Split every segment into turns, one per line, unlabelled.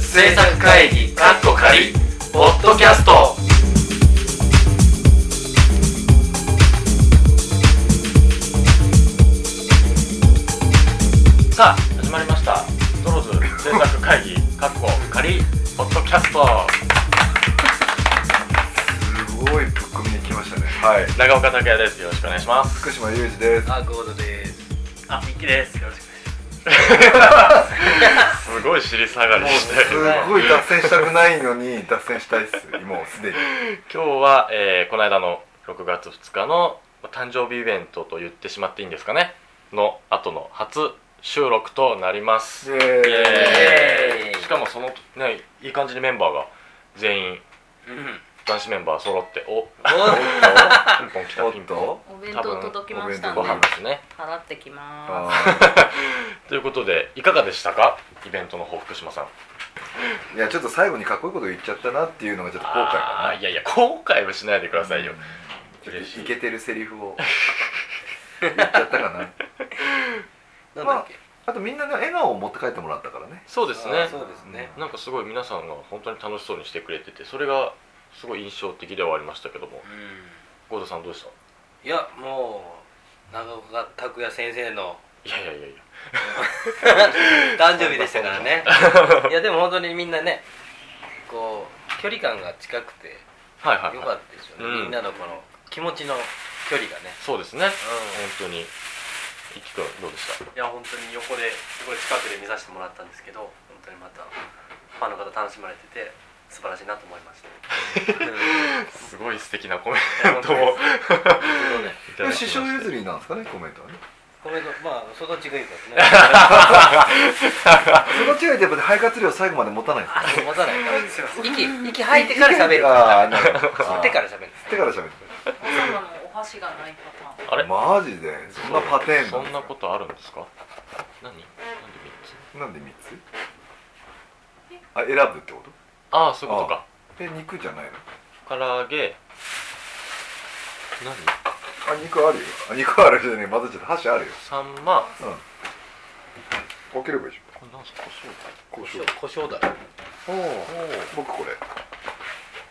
制作会議カッコ仮ポッドキャストさあ始まりましたドロズ制作会議カッコ仮ポッドキャスト
すごいぶっ込みに来ましたね。はい。
長岡拓也ですよろしくお願いします
福島雄二です。
あ、ゴードです。
あ、ミッキーです。よろしく
すごい尻下がりして
すごい脱線したくないのに脱線したいっす。もうすでに。
今日は、えーこの間の6月2日のまあ誕生日イベントと言ってしまっていいんですかねの後の初収録となります
イエーイ
イエーイしかもその、ね、いい感じにメンバーが全員男子メンバー揃っておピンポン来
おっ
たピンポ
と。
お弁当届きました
ン
んで
ご飯ですね
払ってきま
あ
ということでいかがでしたかイベントの方福島さん
ーいやちょっと最後にかっこいいこと言っちゃったなっていうのがちょっと後悔
あ
か
ーいやいや後悔はしないでくださいよ
な。
嬉し
い
い
けてるセリフを言っちゃったかな。
なんだっけ。
あとみんなね笑顔を持って帰ってもらったからね。
そうです
あ
ね
そうですね。
なんかすごい皆さんが本当に楽しそうにしてくれててそれがすごい印象的ではありましたけども
うん。
郷田さんどうでした
いや、もう長岡拓也先生の
いやいやいやいや
誕生日でしたから ね。いや、でも本当にみんなね、こう距離感が近くて
はいはい、
良
は
か
い、
ったですよ
う
ね。
ん
みんなのこの気持ちの距離がね。
そうですね本当に一輝くんどうで した
いや、本当に横ですごい近くで見させてもらったんですけど、本当にまたファンの方楽しまれてて素晴らしいなと思いました。
すごい素敵なコメ
ントを
を
そうね。
これ師匠譲りなんですかねコメントはね。
コメント、まあ育ちがいいから
その違いでやっぱり肺活量最後まで持たないですね。
ね。持たないから。息息吐いてから喋る。
あーなるほど
吸ってから喋る。
吸ってから喋る。
す。お父様のお箸がないパターン。
あれ
マジでそんなパテーン
そんなことあるんですか何なんで三つ
なんで3つあ選ぶってこと
ああそういうことか
え肉じゃないの
唐揚げ何
あ肉あるよあ肉あるじゃねえまずちょっと箸あるよ
サンマ
うん分ければいいでしょ
これなんすか胡椒
こうし
胡
よ
椒
う
胡椒だよ。
お
お
お
ー
僕これ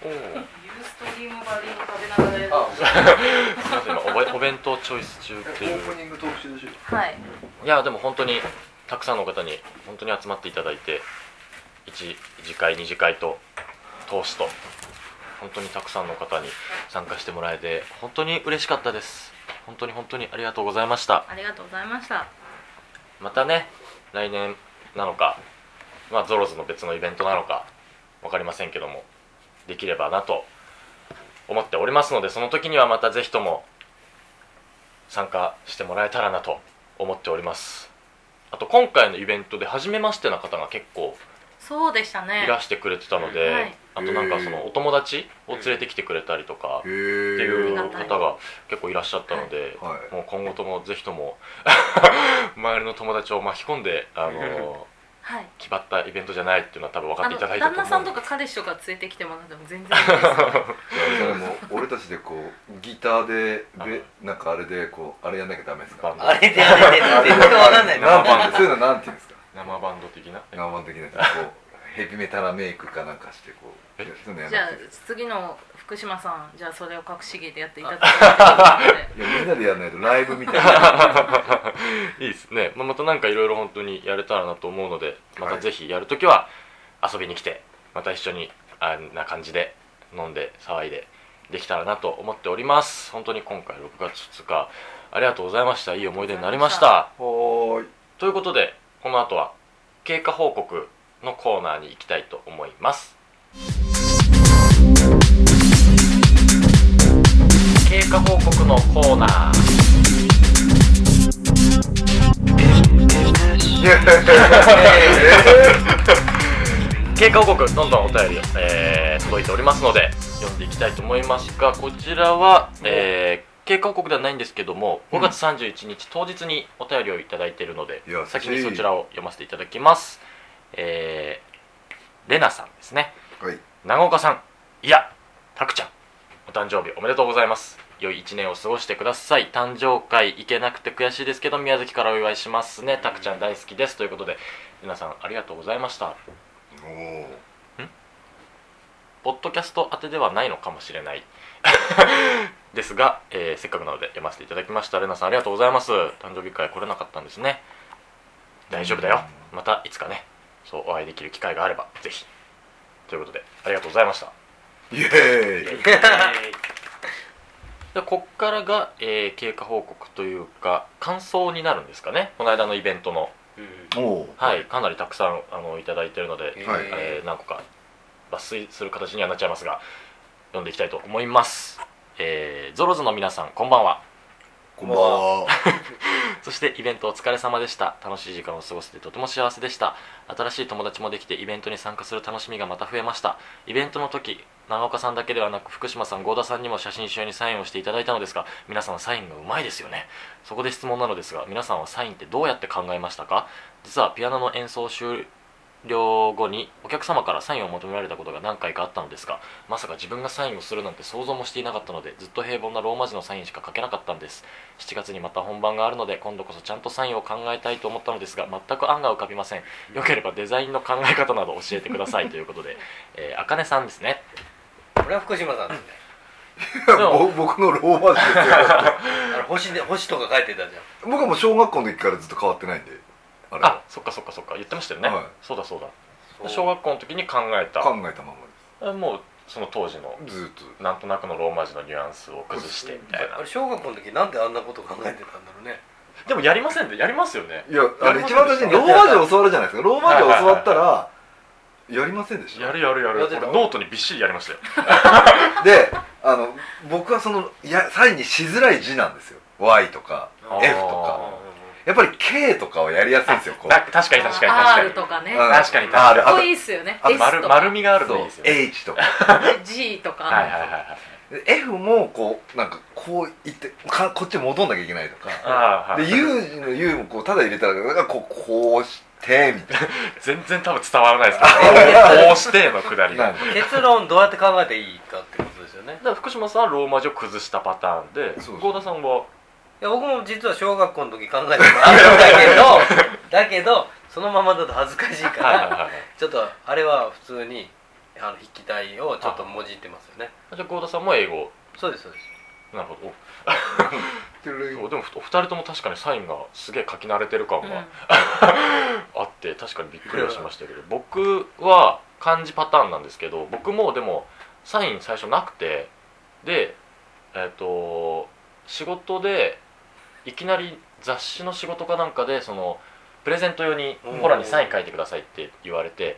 おー
ユーストリームバリーを食べながらやる。
あ、
すいません今おべお弁当チョイス中っていう
ニング特集でしょ
はい。
いやでも本当にたくさんの方に本当に集まっていただいて1次会2次会と通すと本当にたくさんの方に参加してもらえて本当に嬉しかったです本当に本当にありがとうございました
ありがとうございました。
またね来年なのか、まあ、ゾロズの別のイベントなのか分かりませんけどもできればなと思っておりますのでその時にはまたぜひとも参加してもらえたらなと思っておりますあと今回のイベントで初めましてな方が結構
そうでしたね
い。らしてくれてたので、
はい
あとなんかそのお友達を連れてきてくれたりとか
へ
ってい
え
う
ありがたい
方が結構いらっしゃったので、
はい
もう今後ともぜひとも 周りの友達を巻き込んであ の
はい。
決まったイベントじゃないっていうのは多分分か
あ
ってい
の
ただいたと
旦
思う
那さんとか彼氏とか連れてきてもらっても全然いいです。
じゃあでも俺たちでこうギターでべなんかあれでこうあれやんなきゃダメですか
バン
あれであれで全然わかんないな。
何番でそういうのなんて言うんですか
生バンド的な
我慢できないこうヘビメタなメイクかなんかしてこう
え
そういうのやん
じゃ
な
あ
くて
次の福島さん、じゃあそれを隠し芸でやっていただきたいと思うので
いやみんなでやらないとライブみたいな
いいですね、まあ、またなんかいろいろ本当にやれたらなと思うのでまたぜひやるときは遊びに来てまた一緒にあんな感じで飲んで騒いでできたらなと思っております本当に今回6月2日ありがとうございましたいい思い出になりました
おーい
ということでこの後は経過報告のコーナーに行きたいと思います経過報告のコーナー
イエーイ
経過報告どんどんお便り、えー届いておりますので読んでいきたいと思いますがこちらは、えー経過報告ではないんですけども5月31日当日にお便りをいただいているので
いや
先にそちらを読ませていただきますえー、レナさんですね
はい
長岡さんいやたくちゃんお誕生日おめでとうございます良い一年を過ごしてください誕生会行けなくて悔しいですけど宮崎からお祝いしますねたくちゃん大好きですということで皆さんありがとうございまし
お
た
ー
ポッドキャスト当てではないのかもしれない ですが、えーせっかくなので読ませていただきましたレナさんありがとうございます誕生日会来れなかったんですね大丈夫だよまたいつかねそうお会いできる機会があればぜひということでありがとうございました
イエーイ
でこっからが、えー経過報告というか感想になるんですかねこの間のイベントの
おー
はいかなりたくさんあのいただいてるので、
はい
えー何個か抜粋する形にはなっちゃいますが読んでいきたいと思います、えーゾロズの皆さんこんばんは
こんばんは
そしてイベントお疲れ様でした楽しい時間を過ごせてとても幸せでした新しい友達もできてイベントに参加する楽しみがまた増えましたイベントの時長岡さんだけではなく福島さん合田さんにも写真集にサインをしていただいたのですが皆さんサインがうまいですよねそこで質問なのですが皆さんはサインってどうやって考えましたか実はピアノの演奏終了後にお客様からサインを求められたことが何回かあったのですがまさか自分がサインをするなんて想像もしていなかったのでずっと平凡なローマ字のサインしか書けなかったんです7月にまた本番があるので今度こそちゃんとサインを考えたいと思ったのですが全く案が浮かびませんよければデザインの考え方など教えてください ということで、えー、あかねさんですね
これは福島さんですね
で
ぼ
も
僕のローマ字ですよ
あの星で星とか書いてたじゃん
僕はもう小学校の時からずっと変わってないんであれ
あそっかそっかそっか言ってましたよね、
はい
そうだそうだ
そう
小学校の時に考え
考
た
えたまま
あもうその当時の
ですずーっと
なんとなくのローマ字のニュアンスを崩してみたいな
あれ小学校の時なんであんなこと考えてたんだろうね
でもやりませんでやりますよね
いやあれ
やりませ
一番最
んでした
初にローマ字を教わるじゃないですかローマ字を教わったらやりませんでした
やるやるやる
やって
俺
た
ノートにびっしりやりましたよ
であの僕はそのいやサインにしづらい字なんですよ Y とか
あー
F とかやっぱり K とかはやりやすいんですよこう
な確かに確かに確かに
R とかね
うん
か
確かに確
あ
かに
るあ
っ
と
こいいっすよね
あと
S
丸
と
丸
か
みがあるといい
そう
ですよね
H とか
G とか、
はいはいはいはい
で F もこうなんかこういってかこっち戻んなきゃいけないとか
ああは
で
い
U の U もこうただ入れたらなんかこうこうしてみたい
全然多分伝わらないですけどこうしてのくだり
な
が
なん
結論どうやって考えていいかってことですよね
だから福島さんはローマ字を崩したパターンで
そうそう
郷田さん はい
や僕も実は小学校の時考えてたん だけどだけどそのままだと恥ずかしいか
はいはい
ら
はいはい
ちょっとあれは普通にあの筆記体をちょっともじってますよね
じゃあ郷田さんも英語
そうですそうです
なるほど
で
おでもふお二人とも確かにサインがすげえ書き慣れてる感があって確かにびっくりはしましたけど僕は漢字パターンなんですけど僕もでもサイン最初なくてでえっ、と仕事でいきなり雑誌の仕事かなんかでそのプレゼント用に
うん
ほらにサイン書いてくださいって言われて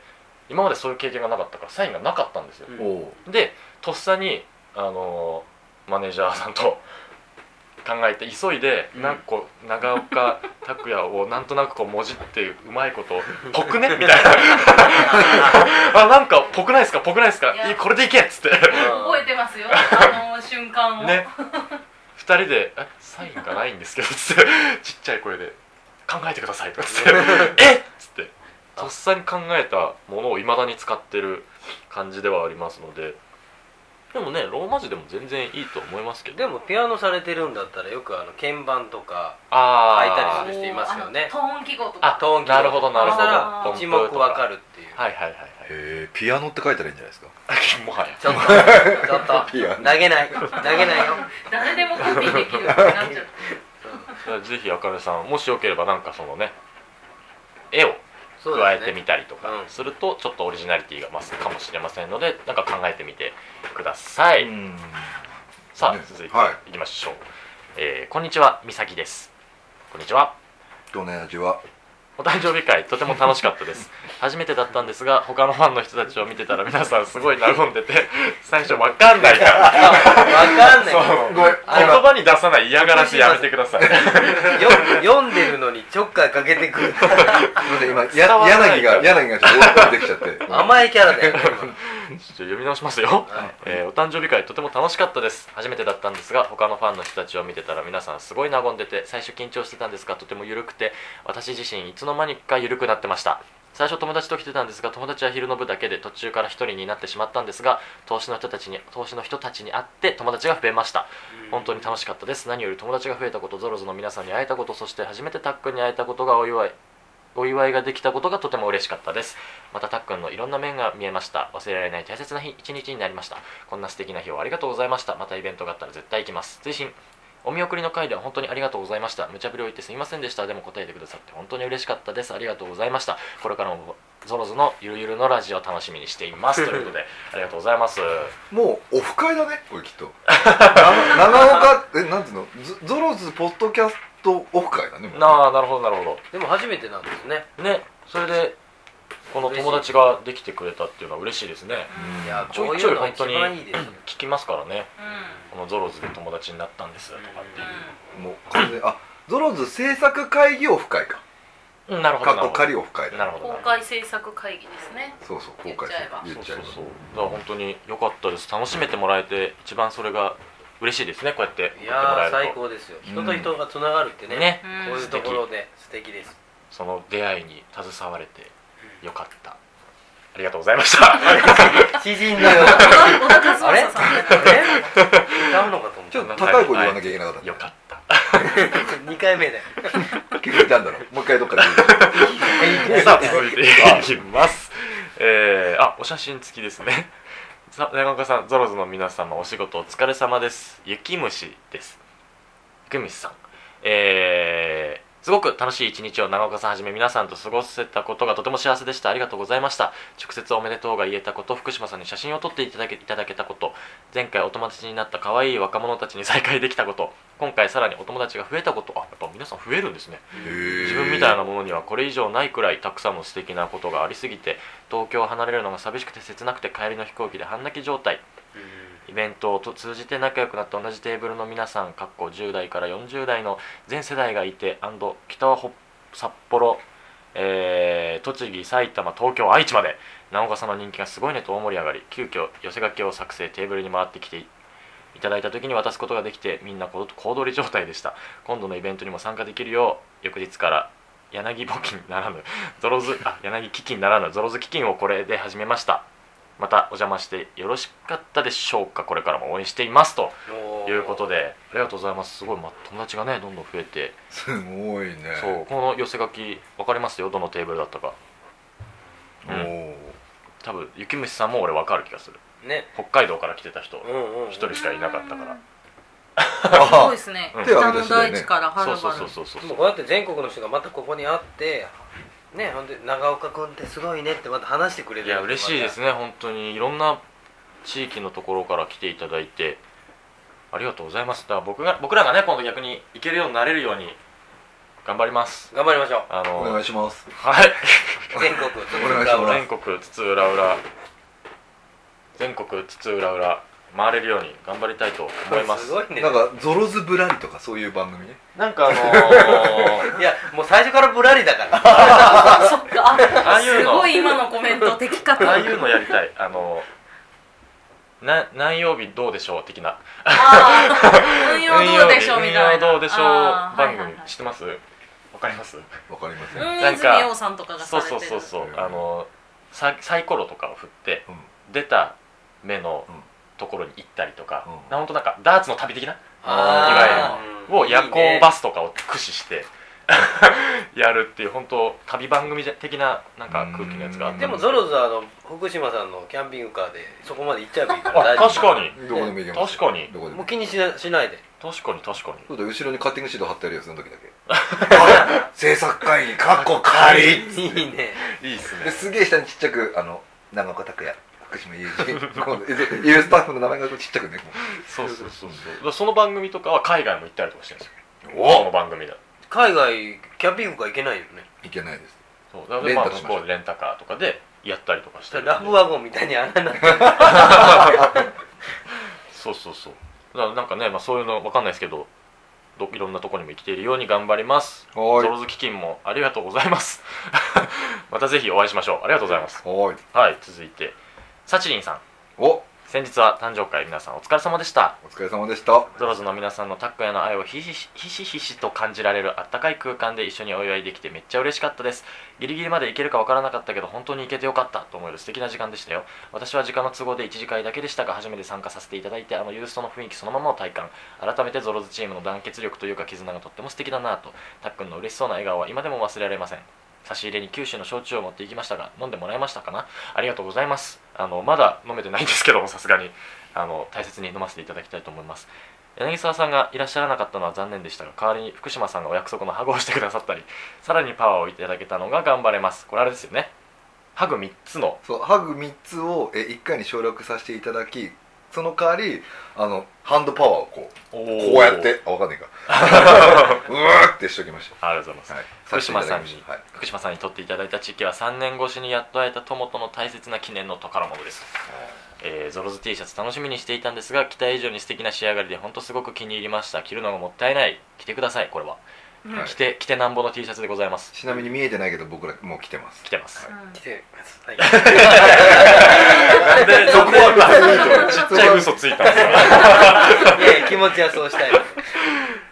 今までそういう経験がなかったからサインがなかったんですよ
うん
おお
でとっさにあのーマネージャーさんと考えて急いで、
うん
なんかこう長岡拓也を なんとなくこうもじってうまいこと「ぽくね」みたいな あなんか「ぽくないですかぽくないですか
いや
いいこれでいけ」っつって
覚えてま すよあの瞬間を、
ね2人で「えサインがないんですけど」つってちっちゃい声で「考えてください」とかつって「えっ!」つってとっさに考えたものをいまだに使ってる感じではありますのででもねローマ字でも全然いいと思いますけど
でもピアノされてるんだったらよくあの鍵盤とか
あ
書いたりす
あ
る人いますよね
あのトーン記号と
あ
か
トーン記号
なるほどなるほど
そし
あ
た
ー
ら一目わかるっていう
はいはいはいは
へえピアノって書いたらいいんじゃないですか
いもはや
ちょっとちょっと
いや
投げない投げないよ
誰でもコピーできるってなっちゃって
ぜひあかねさんもしよければなんかそのね絵を
そう
加え
です
て
ね
みたりとか
うん
するとちょっとオリジナリティが増すかもしれませんのでなんか考えてみてください、
ん
さ
ね
あ続いて
はい
いきましょう、えーこんにちはみさきですこんにちは
どんな味は
お誕生日会とても楽しかったです初めてだったんですが他のファンの人たちを見てたら皆さんすごい和んでて最初わかんないから
わかんない
そう
ごめん
言葉に出さない嫌がらせやめてください
よ読んでるのにちょっかいかけてくる
すいません今や
伝わらな
柳
い
が柳がちょっと多く出てきちゃ って
甘いキャラだよね
ちょっと読み直しますよ、
はい
えーお誕生日会とても楽しかったです初めてだったんですが他のファンの人たちを見てたら皆さんすごい和んでて最初緊張してたんですがとても緩くて私自身いつの間にか緩くなってました最初友達と来てたんですが友達は昼の部だけで途中から一人になってしまったんですが投資の人たちに投資の人たちに会って友達が増えました本当に楽しかったです何より友達が増えたことゾロゾの皆さんに会えたことそして初めてタックンに会えたことがお祝いお祝いができたことがとても嬉しかったですまたたっくんのいろんな面が見えました忘れられない大切な日一日になりましたこんな素敵な日をありがとうございましたまたイベントがあったら絶対行きます追伸お見送りの会では本当にありがとうございました無茶ぶりを言ってすみませんでしたでも答えてくださって本当に嬉しかったですありがとうございましたこれからもゾロゾのゆるゆるのラジオを楽しみにしていますということでありがとうございます
もうオフ会だねこれきっとな長岡えなんていうのゾゾロズポッドキャストオフ会だねもう
なあなるほどなるほ
でも初めてなんですね
どねそれでこの友達ができてくれたっていうのは嬉しいですね
うん
いや
ちょ
こう
い
い
ちょ
う
い
のが
本
一
当に
番いいですよ
聞きますからね
うん
このゾロズで友達になったんですとかっていう
もう完全にあゾロズ制作会議オフ会か
うんなるほど
か
な
っ
る
こ
ほど
仮オフ会
な
だ
るほど
公開制作会議ですね
そうそう
言
公
っ
開
ちゃえば
言
そう
っ
そ
ちゃ
う
えば
そうだから本当に良かったです楽しめてもらえて一番それが嬉しいですねこうやって
い
送ってもら
やー
え
最
ると
高ですよ人と人がつながるってね,、
ね
うん
こういうところで素敵です
その出会いに携われて良かったありがとうございました
知人の よう
小田和正さん
なね歌うのかと思っ
ち
た
ょっと高い声で言わなきゃいけなかった
良かった
2回目だよ
聞いたんだろうもう一回どっかで
さあ 続い ていきますえー、あお写真付きですねさ長岡さんゾロゾの皆様お仕事お疲れ様です雪虫です雪虫さんえーすごく楽しい一日を長岡さんはじめ皆さんと過ごせたことがとても幸せでしたありがとうございました直接おめでとうが言えたこと福島さんに写真を撮っていただけいただけたこと前回お友達になった可愛い若者たちに再会できたこと今回さらにお友達が増えたことあやっぱ皆さん増えるんですね自
自
分みたいなものにはこれ以上ないくらいたくさんの素敵なことがありすぎて東京を離れるのが寂しくて切なくて帰りの飛行機で半泣き状態イベントをと通じて仲良くなった同じテーブルの皆さんかっこ10代から40代の全世代がいて and 北はほ札幌、えー栃木埼玉東京愛知まで直岡さんの人気がすごいねと大盛り上がり急遽寄せ書きを作成テーブルに回ってきていいただいた時に渡すことができてみんな小小躍り状態でした今度のイベントにも参加できるよう翌日から柳募金ならぬゾロズあ柳基金ならぬゾロズ基金をこれで始めましたまたお邪魔してよろしかったでしょうかこれからも応援していますと
おー
いうことでありがとうございますすごい、まあ、友達がねどんどん増えて、
すごいね
そうこの寄せ書き分かりますよどのテーブルだったか
お
うん
ー
多分雪虫さんも俺分かる気がする
ね
北海道から来てた人、
うんうんうん
一人しかいなかったから
すごいで
あ
すね
うん
手を
北
挙げた人
の
だよ
大
ね
地からは
そ
る
うそう そ
ばる
うそうそう
でもこうやって全国の人がまたここに会ってねほんで長岡君ってすごいねってまた話してくれる
いや嬉しいです
ね
ね本当にいろんな地域のところから来ていただいてありがとうございますだから僕が僕らがね今度逆に行けるようになれるように頑張ります
頑張りましょう
あ
お
の
願いします
はい
全国
お願いします
全国津々浦々全国津々浦々回れるように頑張りたいと思います
すごいね
なんかゾロズブラリとかそういう番組ね
なんかあの ー
いやもう最初からぶらりだから
そっか
ああい
す
うの
ごい今のコメント的確
ああいうのやりたいあのーな何曜日どうでしょう的な
あー運用どうでしょうみ
運
た
用
いな
どうでしょう
あー
番
はい
組
はいはい
知ってますわかります
わかりません、うん
うん泉洋さんとかが
そ
さ
う
れて
そう
る
そうそう
うん
あのササイコロとかを振って出た目の
うん
ところに行ったりとか
うん
なほんとなんかダーツの旅的な
あー
を夜
いい
行
ね
バスとかを駆使して やるっていう本当旅番組じゃ的ななんか空気のやつがあって
でもゾロズはあの福島さんのキャンピングカーでそこまで行っちゃえばいいか
あ
ら大丈夫
確かに
どこでも行けます
確かに
どこで
も
も
う気にしなしないで
確かに確かに
そうだよ後ろにカッティングシート貼ってあるやつの時だけ あ制作会議かっこ仮
いいね
いいっすね
ですげえ下にちっちゃくあの長岡拓也福島雄二こういるスタッフの名前がこうちっちゃくね
そうそうそうそうだからその番組とかは海外も行ったりとかしてるんですよ
お
その番組で
海外キャンピングカー行けないよね
いけないです
そうだから
レン
ま
タ
あ
ル
向
しましょう
こうでレンタカーとかでやったりとかしてるんで
ラブワゴンみたいに穴になってる
そうそうそうだからなんかね、まあ、そういうの分かんないですけどどいろんなとこにも生きているように頑張りますゾ
は
ロズ基金もありがとうございます またぜひお会いしましょうありがとうございます
はい
はい続いてサチリンさん
お
先日は誕生会皆さんお疲れ様でした
お疲れ様でした
ゾロズの皆さんのタックへの愛をひしひしひしひしと感じられるあったかい空間で一緒にお祝いできてめっちゃ嬉しかったですギリギリまで行けるかわからなかったけど本当に行けてよかったと思える素敵な時間でしたよ私は時間の都合で1次会だけでしたが初めて参加させていただいてあのユーストの雰囲気そのままを体感改めてゾロズチームの団結力というか絆がとっても素敵だなとたっくんの嬉しそうな笑顔は今でも忘れられません差し入れに九州の焼酎を持っていきましたが飲んでもらえましたかなありがとうございますあのまだ飲めてないんですけどもさすがにあの大切に飲ませていただきたいと思います柳沢さんがいらっしゃらなかったのは残念でしたが代わりに福島さんがお約束のハグをしてくださったりさらにパワーをいただけたのが頑張れますこれあれですよねハグ3つの
そうハグ3つをえ1回に省略させていただきその代わりあのハンドパワーをこうこ
こ
うやってあ分かんない かうわーってしときまし
ありがとうございます
た、はい、
福島さんに
させていただきましたはい、
福島さんにとっていただいた地域は3年越しにやっと会えた友との大切な記念の宝物です、えーゾロズ T シャツ楽しみにしていたんですが期待以上に素敵な仕上がりで本当すごく気に入りました着るのがもったいない着てくださいこれは、
うん
はい
着て着てなんぼの T シャツでございます
ちなみに見えてないけど僕らもう来てます
着てます、
うん
来てはい
なんで
そこは
ちっちゃい嘘ついたんですよ
いやいや気持ちはそうしたい の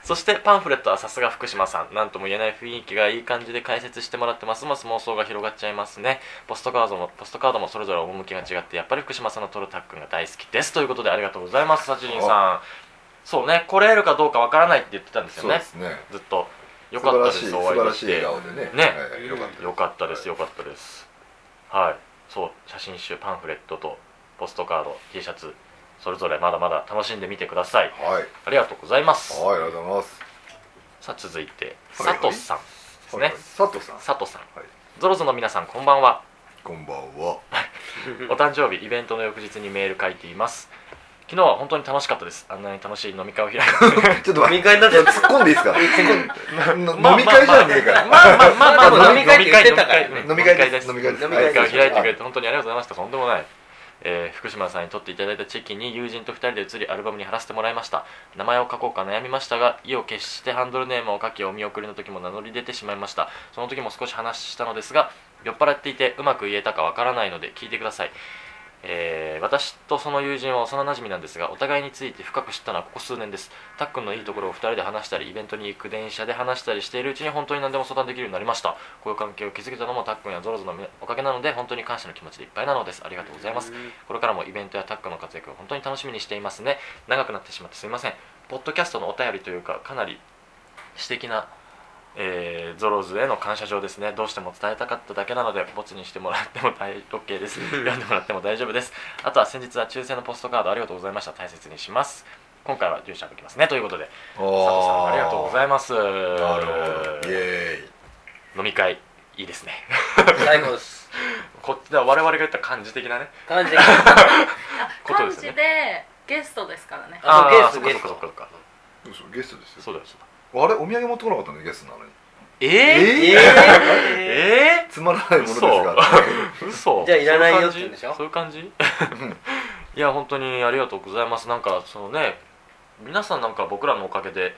そしてパンフレットはさすが福島さんなんとも言えない雰囲気がいい感じで解説してもらってますます妄想が広がっちゃいますねポストカードもポストカードもそれぞれ趣が違ってやっぱり福島さんのトルタックンが大好きですということでありがとうございますサチリンさんそうね来れるかどうかわからないって言ってたんですよ
そうで
ね
すね
ずっとよ
素
か
晴
っ
ら
たで
しい
す
素
お
晴
会い
ら
で
しい
き
笑
て
顔でね
ね
はいはいよかったです
よかったですよかったですはいそう写真集パンフレットとポストカード T シャツそれぞれまだまだ楽しんでみてください
はいはい
ありがとうございます
ありがとうございます
さあ続いて
は
佐
い
藤さんです
はい
ね
佐藤さん
佐藤さん
はい
ゾロゾの皆さんこんばんは
こんばんは
お誕生日イベントの翌日にメール書いています昨日は本当に楽しかったですあんなに楽しい飲み会を開いて
ちょっと待
飲
っ
み
て
会になっちゃ
突
う
っ込んでいいですか突っ込ん飲み会じゃねえから
まあまあまあまあまあ
飲み会って言ってたからね
飲
飲
み会
み会で
ですす
飲み会です
飲み
会
会
を開いてくれ
て
て本当にありがとうございましたとんでもない、えー福島さんにとっていただいた地域に友人と2人で移りアルバムに貼らせてもらいました名前を書こうか悩みましたが意を決してハンドルネームを書きお見送りの時も名乗り出てしまいましたその時も少し話したのですが酔っ払っていてうまく言えたかわからないので聞いてくださいえー私とその友人は幼馴染なんですがお互いについて深く知ったのはここ数年ですたっくんのいいところを2人で話したりイベントに行く電車で話したりしているうちに本当に何でも相談できるようになりましたこういう関係を築けたのもたっくんやゾロゾロのおかげなので本当に感謝の気持ちでいっぱいなのですありがとうございますこれからもイベントやタックの活躍を本当に楽しみにしていますね長くなってしまってすいませんポッドキャストのお便りというかかなり私的な、えーゾロズへの感謝状ですねどうしても伝えたかっただけなのでボツにしてもらっても大 OK です読んでもらっても大丈夫ですあとは先日は抽選のポストカードありがとうございました大切にします今回は住所がきますねということで
あ
佐藤さんありがとうござ
い
いますな
なるほどイエーイ
飲み会いいですね
最後です
こっちでは我々が言った感じ的なね
感じが
こ
漢
とです
字
よね
でゲストですからね
あ
ー
そ
そうう
ゲ
か
ス
そ
ト
うかそ
ど
うかそうか
うしようゲストですよ
そうだよそうだ
あれお土産持ってこなかったのゲストなのに
え
え
え
え
え
え
え
つまらないものですが
ー、嘘
じゃあいらないよって言うんでしょ
そういう感じそういう感じいや本当にありがとうございますなんかそのね皆さんなんか僕らのおかげで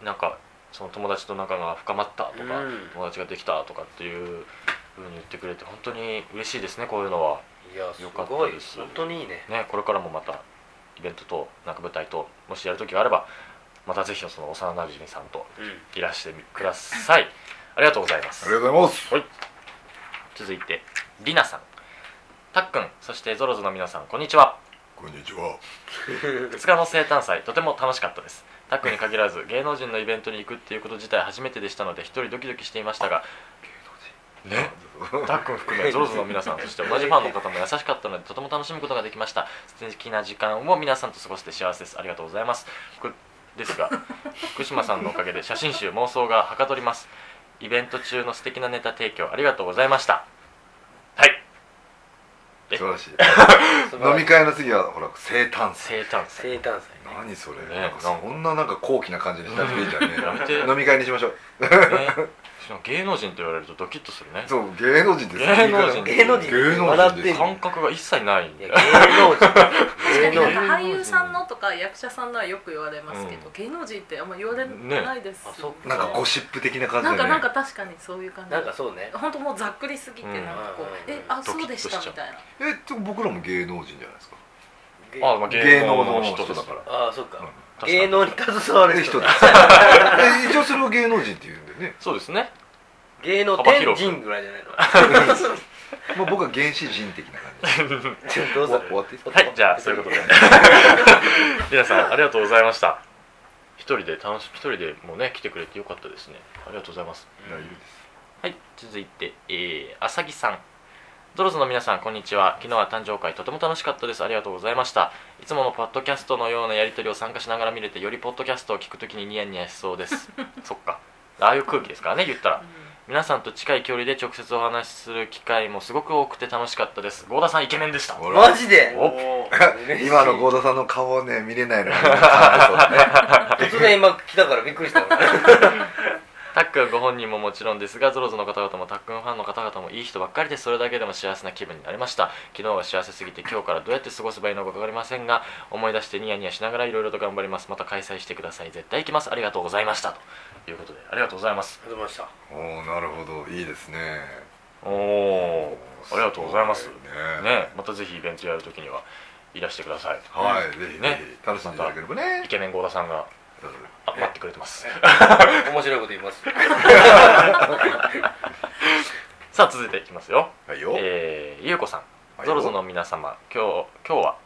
なんかその友達と仲が深まったと
う
か、
ん
友達ができたとかっていう風に言ってくれて本当に嬉しいですねこういうのはい
や
よかったです
本当にいいね
ねこれからもまたイベントとなんか舞台ともしやる時があればまたぜひその幼なじみさんと
うん
いらしてみくださいありがとうございま
あ
す
りがとうございます
続いてりなさんたっくんそしてゾロズの皆さんこんにちは
こんにちは
2日の生誕祭とても楽しかったですタックに限らず芸能人のイベントに行くっていうこと自体初めてでしたので一人ドキドキしていましたがねタックン含めゾロズの皆さんそして同じファンの方も優しかったのでとても楽しむことができました素敵な時間を皆さんと過ごして幸せですありがとうございますふくですが福島さんのおかげで写真集妄想がはかどりますイベント中の素敵なネタ提供ありがとうございましたはいえ
素晴らしい
素晴ら
飲
しい
み会の次はほら生誕祭
生誕祭
生誕祭
何それ、
ね
なんかそんななんか高貴な感じにしなくていいじゃんね
やめて
飲み会にしましょう
ね、しかも芸能人と言われるとドキッとするね
そう芸能人ですよ
芸能人
芸
芸能人
能人
笑ってんの
感覚が一切ないん
いや芸
で
能人
確
芸能
か
人
になんか俳優さんのとか役者さんのはよく言われますけど、
うん
芸能人ってあんま言われないです、
ねあそっ
なんかゴシップ的な感じだ
なん
ね
かなんか確かにそういう感 じ
なんかそうね
本当もうざっくりすぎて
う
なん
ん
かこう「
うん
えあ
ドキ
そ
ッ
う
と
で
し
し
ちゃ
た
う」
みたいな
えちょ僕らも芸能人じゃないですか
あ、まあ、芸能の人
芸能の人
です
だから
ああそうか
確かに
芸能に携わ
あ
る
れ
人
人
だ
です え一応それを芸能人って言うんだよね、
そうですね
芸能天人ぐらいじゃないの
まあ、僕は原始人的な感じ
ちょっとどうす
終わ
る
終わっていいですか
はいじゃあそういうことで 皆さんありがとうございました一人で楽し一人でもうね来てくれてよかったですねありがとうございます
大丈夫です
はい続いて、えー、浅木さんゾロズの皆さんこんにちは昨日は誕生会とても楽しかったですありがとうございましたいつものポッドキャストのようなやり取りを参加しながら見れてよりポッドキャストを聞くときにニヤニヤしそうです そっかああいう空気ですからね言ったら 皆さんと近い距離で直接お話しする機会もすごく多くて楽しかったです郷田さんイケメンでした
ほら
マジで
お
おー
今の
子
郷田さんの顔をね見れないのにか わいそうだね
突然今来たからびっくりした俺
たっくんご本人ももちろんですがゾロゾの方々もたっくんファンの方々もいい人ばっかりでそれだけでも幸せな気分になりました昨日は幸せすぎて今日からどうやって過ごせばいいのか分かりませんが思い出してニヤニヤしながらいろいろと頑張りますまた開催してください絶対行きますありがとうございましたということでありがとうございます
ありがとうございました
おおなるほどいいですね
おおありがとうございます
ね
ねまたぜひイベントやるときにはいらしてください
はいぜひ
ね
ぜひ楽しんでいただければね
イケメン郷田さんが
そうそう
あ待ってくれてます
面白いこと言います
さあ続いていきますよ
はいよ
えー、ゆうこさん
はい
ゾロゾの皆様、今日今日は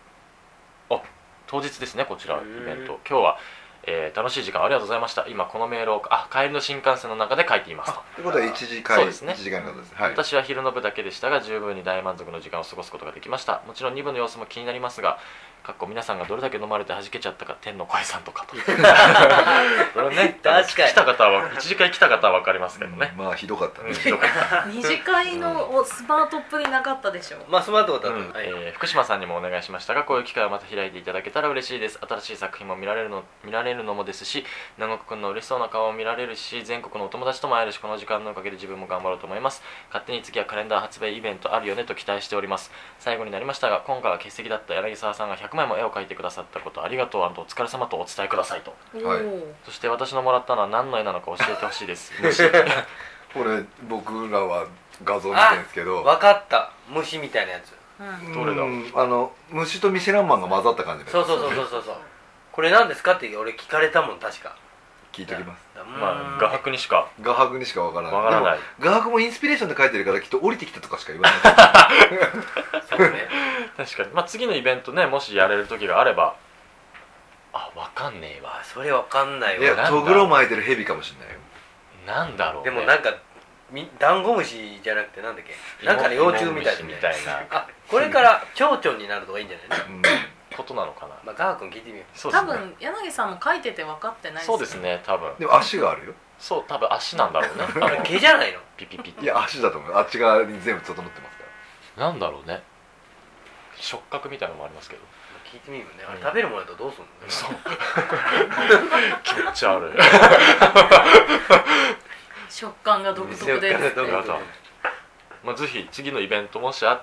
あ当日ですね、こちら
へ
イ
ー
ベント、今日は、えー楽しい時間ありがとうございました、今、このメールをあ帰りの新幹線の中で書いていますと、
ということは一時
そう
会
ですね
一時間のことですはい
私は昼の部だけでしたが、十分に大満足の時間を過ごすことができました、もちろん2部の様子も気になりますが、かっこ皆さんがどれだけ飲まれて弾けちゃったか、天の声さんと かと、 これね、あの
確かに
来た方は、一時間来た方は分かりますけどね
う。んまあひどかったね
ひどかった
二次会のおスマートっぷりなかったでしょ
まあスマートだった、
うん
はい
えー福島さんにもお願いしましたがこういう機会をまた開いていただけたら嬉しいです新しい作品も見られるの見られるのもですし南国くんの嬉しそうな顔を見られるし全国のお友達とも会えるしこの時間のおかげで自分も頑張ろうと思います勝手に次はカレンダー発売イベントあるよねと期待しております最後になりましたが今回は欠席だった柳沢さんが100枚も絵を描いてくださったことありがとうお疲れ様とお伝えくださいと
おお、
はい
そして私のもらったのは何の絵なのか教えてほしいです 虫
これ僕らは画像見てるんですけど
わかった虫みたいなやつ
うん
どれだ
うんあの虫とミシェランマンが混ざった感じです
そうそうそうそうそうそうこれ何ですかって俺聞かれたもん確か
聞いておきます
だ
まあ画伯にしか
画伯にしかわからない
わからない
でも画伯もインスピレーションで描いてるからきっと降りてきたとかしか言わない
そうね
確かに、まあ、次のイベントねもしやれる時があればあわかんねえわ
あそれわかんない
い
わ
なん
や
だ
とぐろ巻いてる蛇かもしれないよ
なんだろう、ね、
でもなんかみダンゴムシじゃなくてなんだっけなんかの幼虫みたいな
みたいな
あこれから蝶々になるとかいいんじゃないの
うん
ことなのかな
まあガー君聞いてみよ
そうです
多
ね
分柳さんも書いてて分かってない
そうですね多分
でも足があるよ
そう多分足なん だろうねあ
う
の
あれ毛じゃないの
ピピピって
いや足だと思うあっち側に全部整ってますか
なんだろうね触覚みたいなのもありま すけど
聞いてみるよねあ
う
れ
ん
食べるものだとどうすんの
そう気持ち悪い
食感が独特
食
で
感が独
や
特
だまあぜひ次のイベントもしあっ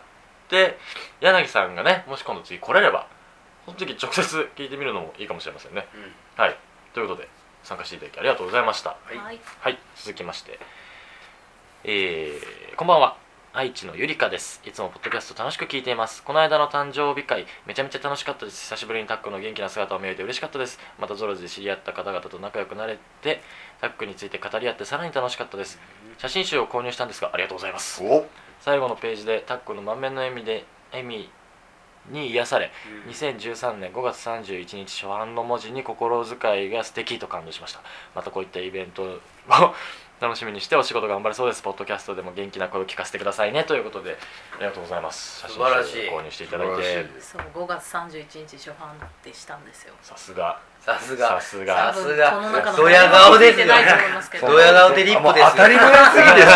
て柳さんがねもし今度次来れればその時直接聞いてみるのもいいかもしれませんね
うん
はいということで参加していただきありがとうございました
だ
はい
はい、続きまして、えー、こんばんは。愛知のゆりかです。いつもポッドキャスト楽しく聞いています。この間の誕生日会、めちゃめちゃ楽しかったです。久しぶりにタックの元気な姿を見れて嬉しかったです。またゾロズで知り合った方々と仲良くなれて、タックについて語り合ってさらに楽しかったです。写真集を購入したんですが、ありがとうございます。
らお
最後のページでタックの満面の笑みで、笑みに癒され、
うん
2013年5月31日初版の文字に心遣いが素敵と感動しましたまたこういったイベントを楽しみにしてお仕事頑張れそうですポッドキャストでも元気な声を聞かせてくださいねということでありがとうございます写
素
真
晴らしい
集を購入していただい
素晴ら
て
しい
そう5月31日初版ってしたんですよ
さすが
さすが
さす
さ
が
す
多分この中
が
の
ドヤ顔ですよ
誰も聞いてないと思いますけど
ドヤ顔でリップですよ
もう当たり前すぎて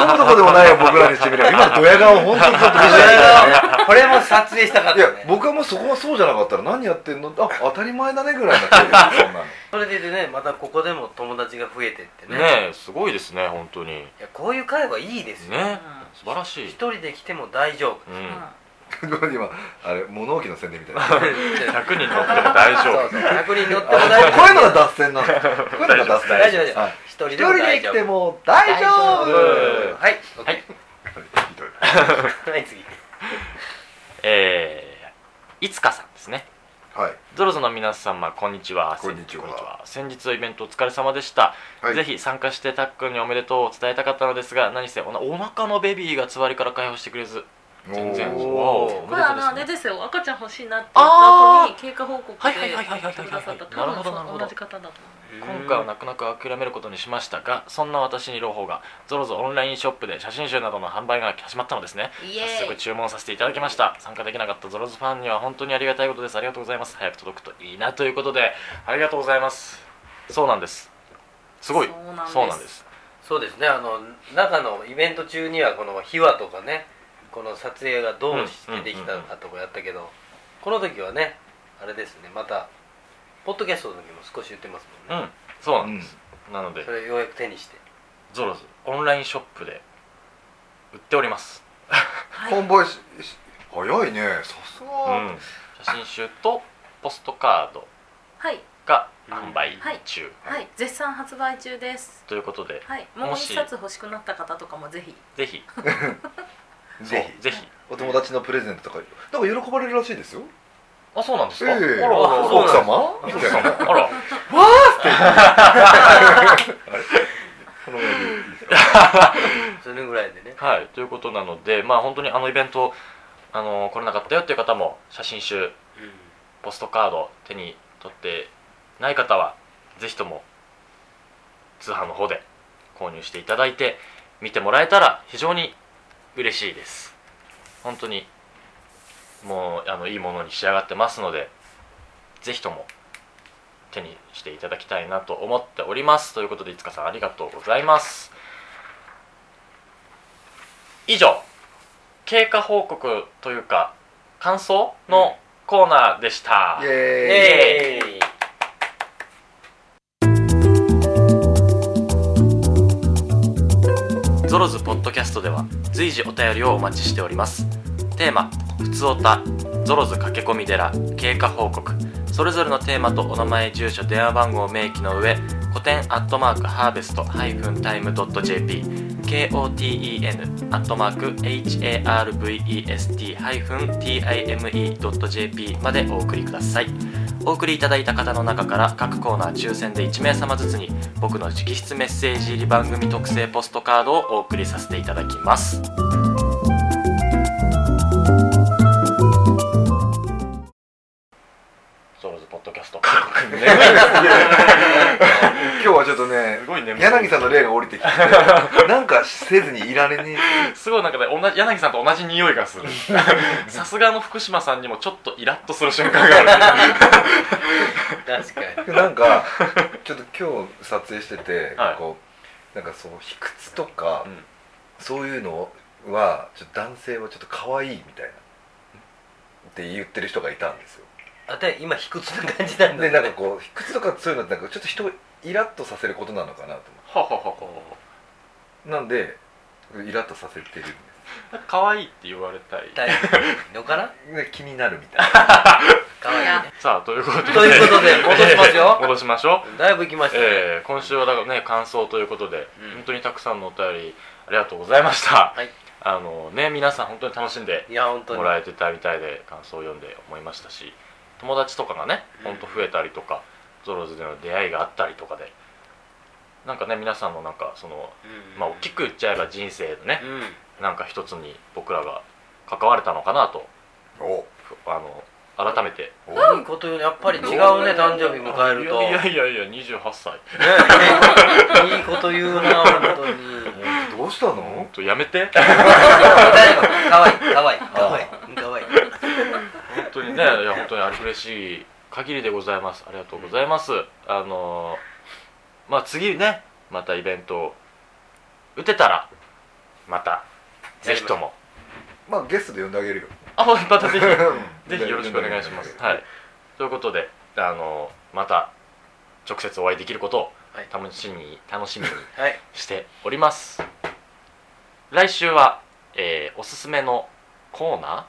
そんなの突っ込むとこでもないよ僕らにしてみれば今のドヤ顔本当にちょっと見 せない
これも撮影したかっ
い
た
や
よね
僕はもうそこはそうじゃなかったら何やってんのあ当たり前だねぐらいになってるよそんなの
それでねまたここでも友達が増えてってね
ねえすごいですね本当に
いやこういう会はいいですよ
ね素晴らし
一
い、
人で来ても大丈夫
う
う
ん、
ん
ごめん今あれ物置の宣伝みたいな
100
100人乗っても大丈夫
人乗っても
あ
大
こうい
丈
うのが脱線なのこういうのが脱線
大丈夫大丈夫
はい
夫一
一
人で
人
も大丈
で来
夫
ても大丈夫
大丈
は
夫
い
は
OK
い
ひどい
はい次
えー、いつかさんですね
はい
ゾロゾの皆様こんにちは
こんにちは
先日のイベントお疲れ様でした
はい
ぜひ参加してたっくんにおめでとうを伝えたかったのですが何せおなお腹のベビーがつわりから解放してくれず全然
おー
わお
これあのあれですよ赤ちゃん欲しいなって言った後
あ
に経過報告
は
で
いはいはいはいはいはいはい
くださった
なるほどなるほど
多分同じ方だと思
今回は泣く泣く諦めることにしましたがそんな私に朗報がゾロゾロオンラインショップで写真集などの販売が始まったのですね
うイエ
早
ー
速
イ
注文させていただきました参加できなかったゾロズファンには本当にありがたいことですありがとうございます早く届くといいなということでありがとうございますそうなんですすごい
そうなんです
そうなんです
そうですねあの中のイベント中にはこの秘話とかねこの撮影がどうしてできたのかとかやったけど、この時はねあれですねまたポッドキャストの時も少し言ってます
う
もんね、
んそう
う
なん
ん
なので
それようやく手にして
ゾロズオンラインショップで売っております
はい
販売しし早いねさす
う
が
ん写真集とポストカード
はい
が販売中、
はい絶賛発売中です
ということで
はいもう
もし
一冊欲しくなった方とかもぜひ
ぜひ
ぜひ
ぜひ
お友達のプレゼントとかなんか喜ばれるらしいですよ
あそうなんです
え
か、
え
あらあらあ
そう
ら
奥様み
奥
たい
様
な
あら
このように
それぐらいでね
はい、ということなので、まあ、本当にあのイベント、あの来れなかったよっていう方も、写真集、ポストカード、手に取ってない方は、ぜひとも通販の方で購入していただいて、見てもらえたら非常に嬉しいです。本当に、もうあのいいものに仕上がってますので、ぜひとも手にしていただきたいなと思っております。ということで、いつかさん、ありがとうございます。以上経過報告というか感想のコーナーでした、
イ
イ
エーイ
エーイ
ゾロズポッドキャストでは随時お便りをお待ちしておりますテーマ「ふつおた」「ゾロズ駆け込み寺」「経過報告」それぞれのテーマとお名前住所電話番号を明記の上古典アットマークハーベストハイフンタイムドット JP KOTEN アットマーク HARVEST ハイフン TIME ドット JP までお送りくださいお送りいただいた方の中から各コーナー抽選で1名様ずつに僕の直筆メッセージ入り番組特製ポストカードをお送りさせていただきますソロズポッドキャスト
今日はちょっとね
すごい眠い
柳さんの霊が降りてきてなんかせずにいられね
すごいなんかね同じ柳さんと同じ匂いがする さすがの福島さんにもちょっとイラッとする瞬間がある
確 かに
えなんかちょっと今日撮影してて、
はい
こうなんかその卑屈とか、
うん
そういうのはちょっと男性はちょっと可愛いみたいなって言ってる人がいたんですよ
あで今卑屈な感じなんだ
でなんかこう卑屈とかそういうのってなんかちょっと人をイラッとさせることなのかなと思
ほほほほ
うなんでイラッとさせてるんで
可愛いって言われたい
痛いのかな
すで気になるみたいな
かわいいね
さあということで
ということで戻しましょう
戻しましょう
だいぶ行きましたね、
えー今週はだからね感想ということで、
うん
本当にたくさんのお便りありがとうございました、
はい
あのね皆さん本当に楽しんで
いや本当に
もらえてたみたいで感想を読んで思いましたし友達とかがね
うん
本当増えたりとか、ゾロズでの出会いがあったりとかでなんかね皆さんのなんかその
うん
まあ大きく言っちゃえば人生のね
う、ん
なんか一つに僕らが関われたのかなと
お
あの改めて
いいことよりやっぱり違うね誕生日迎えると
いやいやいやいや28歳
ねいいこと言うな本当に
どうした
本
の
当やめて
大丈夫かわいいかわいいかわいいかわいい
本当にね、いや本当にあれ嬉しい限りでございます。ありがとうございます。あのーまあ次ね、またイベントを打てたらまたぜひとも、
まあゲストで呼んであげるよ
あほんまたぜひ
うん
ぜひよろしくお願いします。
呼んであげる
はい。ということで、あのーまた直接お会いできることを
はい
楽しみに楽しみに
はい
しております。来週は、えーおすすめのコーナー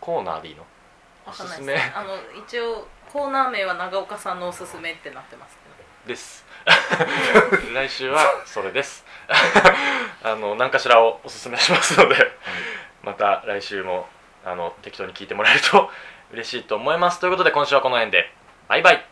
コーナーでいいの？お
わか
す
んな
す
いです
め
ねあの一応コーナー名は長岡さんのおすすめってなってますけど
です。 来週はそれです。 あの何かしらをおすすめしますので、また来週もあの適当に聞いてもらえると嬉しいと思います。ということで今週はこの辺でバイバイ。